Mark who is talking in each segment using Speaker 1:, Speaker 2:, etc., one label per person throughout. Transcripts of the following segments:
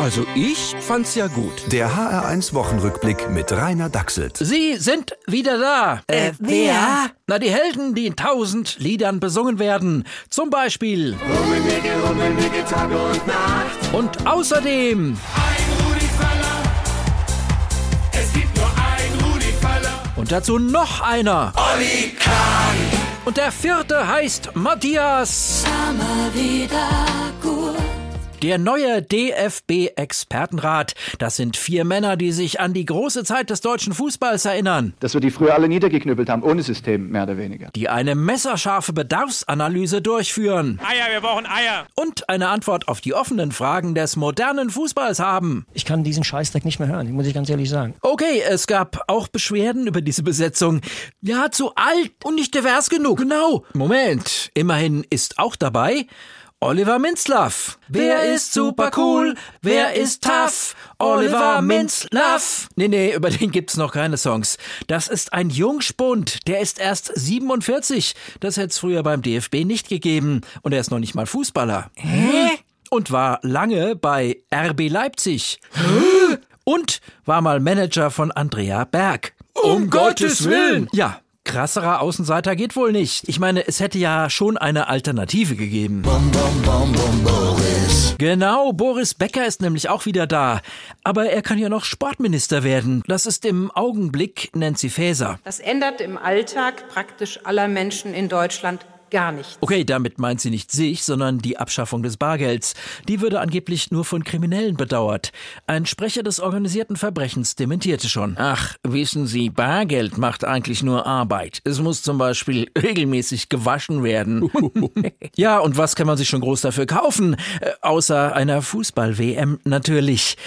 Speaker 1: Also ich fand's ja gut.
Speaker 2: Der HR1 Wochenrückblick mit Rainer Dachselt.
Speaker 1: Sie sind wieder da.
Speaker 3: Äh, wer?
Speaker 1: Na, die Helden, die in tausend Liedern besungen werden. Zum Beispiel.
Speaker 4: Rummenigge, Rummenigge, Tag und Nacht.
Speaker 1: Und außerdem.
Speaker 4: Ein Rudi Völler. Es gibt nur ein Rudi Völler.
Speaker 1: Und dazu noch einer.
Speaker 4: Olli Kahn.
Speaker 1: Und der vierte heißt Matthias. Der neue DFB-Expertenrat. Das sind vier Männer, die sich an die große Zeit des deutschen Fußballs erinnern.
Speaker 5: dass wir die früher alle niedergeknüppelt haben, ohne System, mehr oder weniger.
Speaker 1: Die eine messerscharfe Bedarfsanalyse durchführen.
Speaker 6: Eier, wir brauchen Eier.
Speaker 1: Und eine Antwort auf die offenen Fragen des modernen Fußballs haben.
Speaker 7: Ich kann diesen Scheißdreck nicht mehr hören, muss ich ganz ehrlich sagen.
Speaker 1: Okay, es gab auch Beschwerden über diese Besetzung. Ja, zu alt und nicht divers genug. Genau. Moment, immerhin ist auch dabei Oliver Minzlaff. Wer ist super cool? Wer ist tough? Oliver Minzlaff. Nee, nee, über den gibt's noch keine Songs. Das ist ein Jungspund, der ist erst 47. Das hätt's früher beim DFB nicht gegeben und er ist noch nicht mal Fußballer. Hä? Und war lange bei RB Leipzig und war mal Manager von Andrea Berg. Um, Gottes Willen! Ja. Krasserer Außenseiter geht wohl nicht. Ich meine, es hätte ja schon eine Alternative gegeben. Genau, Boris Becker ist nämlich auch wieder da. Aber er kann ja noch Sportminister werden. Das ist im Augenblick Nancy Faeser.
Speaker 8: Das ändert im Alltag praktisch aller Menschen in Deutschland gar nichts.
Speaker 1: Okay, damit meint sie nicht sich, sondern die Abschaffung des Bargelds. Die würde angeblich nur von Kriminellen bedauert. Ein Sprecher des organisierten Verbrechens dementierte schon. Ach, wissen Sie, Bargeld macht eigentlich nur Arbeit. Es muss zum Beispiel regelmäßig gewaschen werden. ja, und was kann man sich schon groß dafür kaufen? Äh, außer einer Fußball-WM natürlich.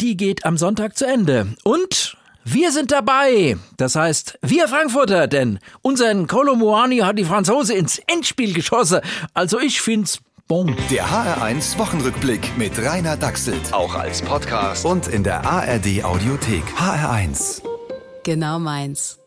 Speaker 1: Die geht am Sonntag zu Ende. Und wir sind dabei. Das heißt, wir Frankfurter, denn unseren Kolomoani hat die Franzose ins Endspiel geschossen. Also ich find's bon.
Speaker 2: Der HR1 Wochenrückblick mit Rainer Dachselt. Auch als Podcast und in der ARD Audiothek. HR1.
Speaker 9: Genau meins.